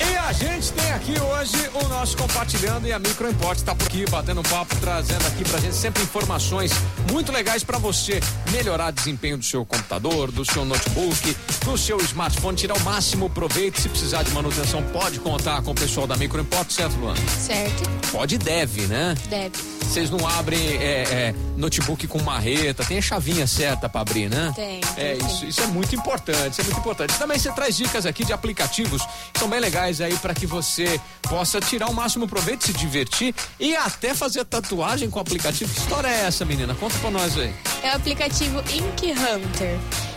E a gente tem aqui hoje o nosso compartilhando e a Micro Import está por aqui batendo papo, trazendo aqui pra gente sempre informações muito legais para você melhorar o desempenho do seu computador, do seu notebook, do seu smartphone, tirar o máximo proveito. Se precisar de manutenção, pode contar com o pessoal da Micro Import, certo, Luan? Certo? Pode e deve, né? Deve. Vocês não abrem é, é, notebook com marreta, tem a chavinha certa para abrir, né? Tem, É, tem isso, sim. isso é muito importante, isso é muito importante. Também você traz dicas aqui de aplicativos que são bem legais aí para que você possa tirar o máximo proveito, se divertir e até fazer tatuagem com o aplicativo. Que história é essa, menina? Conta pra nós aí. É o aplicativo Ink Hunter.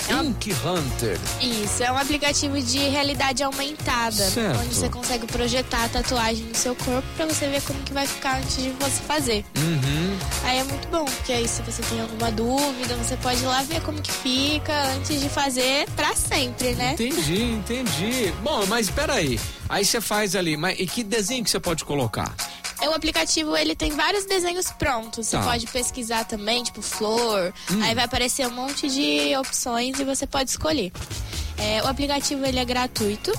É um- Ink Hunter. isso, é um aplicativo de realidade aumentada, Certo. onde você consegue projetar a tatuagem no seu corpo pra você ver como que vai ficar antes de você fazer. Uhum, Aí é muito bom, porque aí se você tem alguma dúvida, você pode ir lá ver como que fica antes de fazer pra sempre, né? Entendi, entendi. Bom, mas peraí. Aí você faz ali, mas e que desenho que você pode colocar? É, O aplicativo ele tem vários desenhos prontos. Você Tá. pode pesquisar também, tipo flor. Aí vai aparecer um monte de opções e você pode escolher. É, o aplicativo ele é gratuito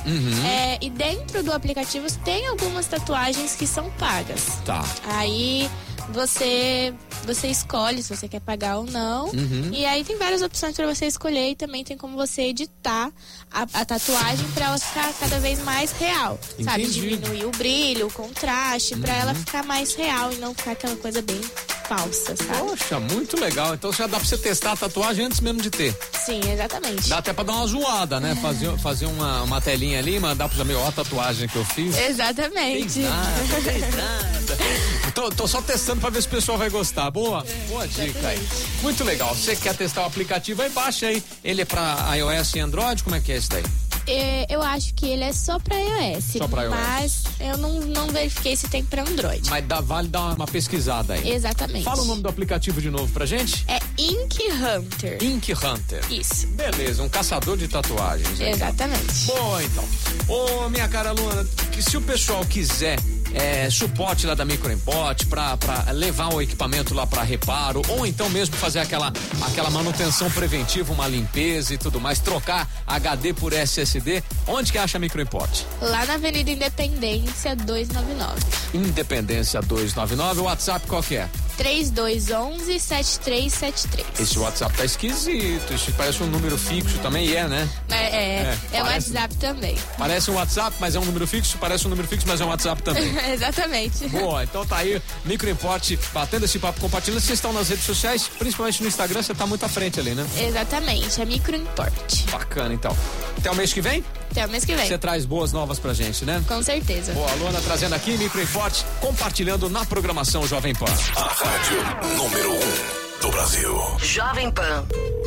É, e dentro do aplicativo tem algumas tatuagens que são pagas. Tá. Aí você você escolhe se você quer pagar ou não. Uhum. E aí tem várias opções pra você escolher e também tem como você editar a, a tatuagem pra ela ficar cada vez mais real. Entendi. Sabe? Uhum. Diminuir o brilho, o contraste, pra ela ficar mais real e não ficar aquela coisa bem falsa, sabe? Poxa, muito legal. Então já dá pra você testar a tatuagem antes mesmo de ter. Sim, exatamente. Dá até pra dar uma zoada, né? Fazer, fazer uma, uma telinha ali, mandar pros amigos, ó a tatuagem que eu fiz. É, Exatamente. Nada, tem nada. Tô, tô só testando pra ver se o pessoal vai gostar. Boa, boa dica aí. Muito legal. Você quer testar o aplicativo aí, baixa aí. Ele é pra iOS e Android? Como é que é esse daí? É, Eu acho que ele é só pra iOS. Só pra iOS. Mas eu não, não verifiquei se tem pra Android. Mas dá, vale dar uma pesquisada aí. Exatamente. Fala o nome do aplicativo de novo pra gente. É Ink Hunter. Ink Hunter. Isso. Beleza, um caçador de tatuagens. né? aí. Exatamente. Bom, então. Ô, minha cara Luana, que se o pessoal quiser é, suporte lá da Microimport pra, pra levar o equipamento lá pra reparo, ou então mesmo fazer aquela, aquela manutenção preventiva, uma limpeza e tudo mais, trocar HD por SSD, onde que acha a Microimport? Lá na Avenida Independência 299. Independência 299, o WhatsApp qual que é? 3211 7373. Esse WhatsApp tá esquisito, isso parece um número fixo também, e é, né? É, é, É, é o parece- WhatsApp também. Parece um WhatsApp, mas é um número fixo, parece um número fixo, mas é um WhatsApp também. Exatamente. Boa, então tá aí, Microimporte, batendo esse papo, compartilhando. Vocês estão nas redes sociais, principalmente no Instagram, você tá muito à frente ali, né? Exatamente, é microimporte. Bacana, então. Até o mês que vem, Até o mês que vem. você traz boas novas pra gente, né? Com certeza. Boa, Luana trazendo aqui, Microimporte, compartilhando na programação Jovem Pan. A rádio número 1 um do Brasil. Jovem Pan.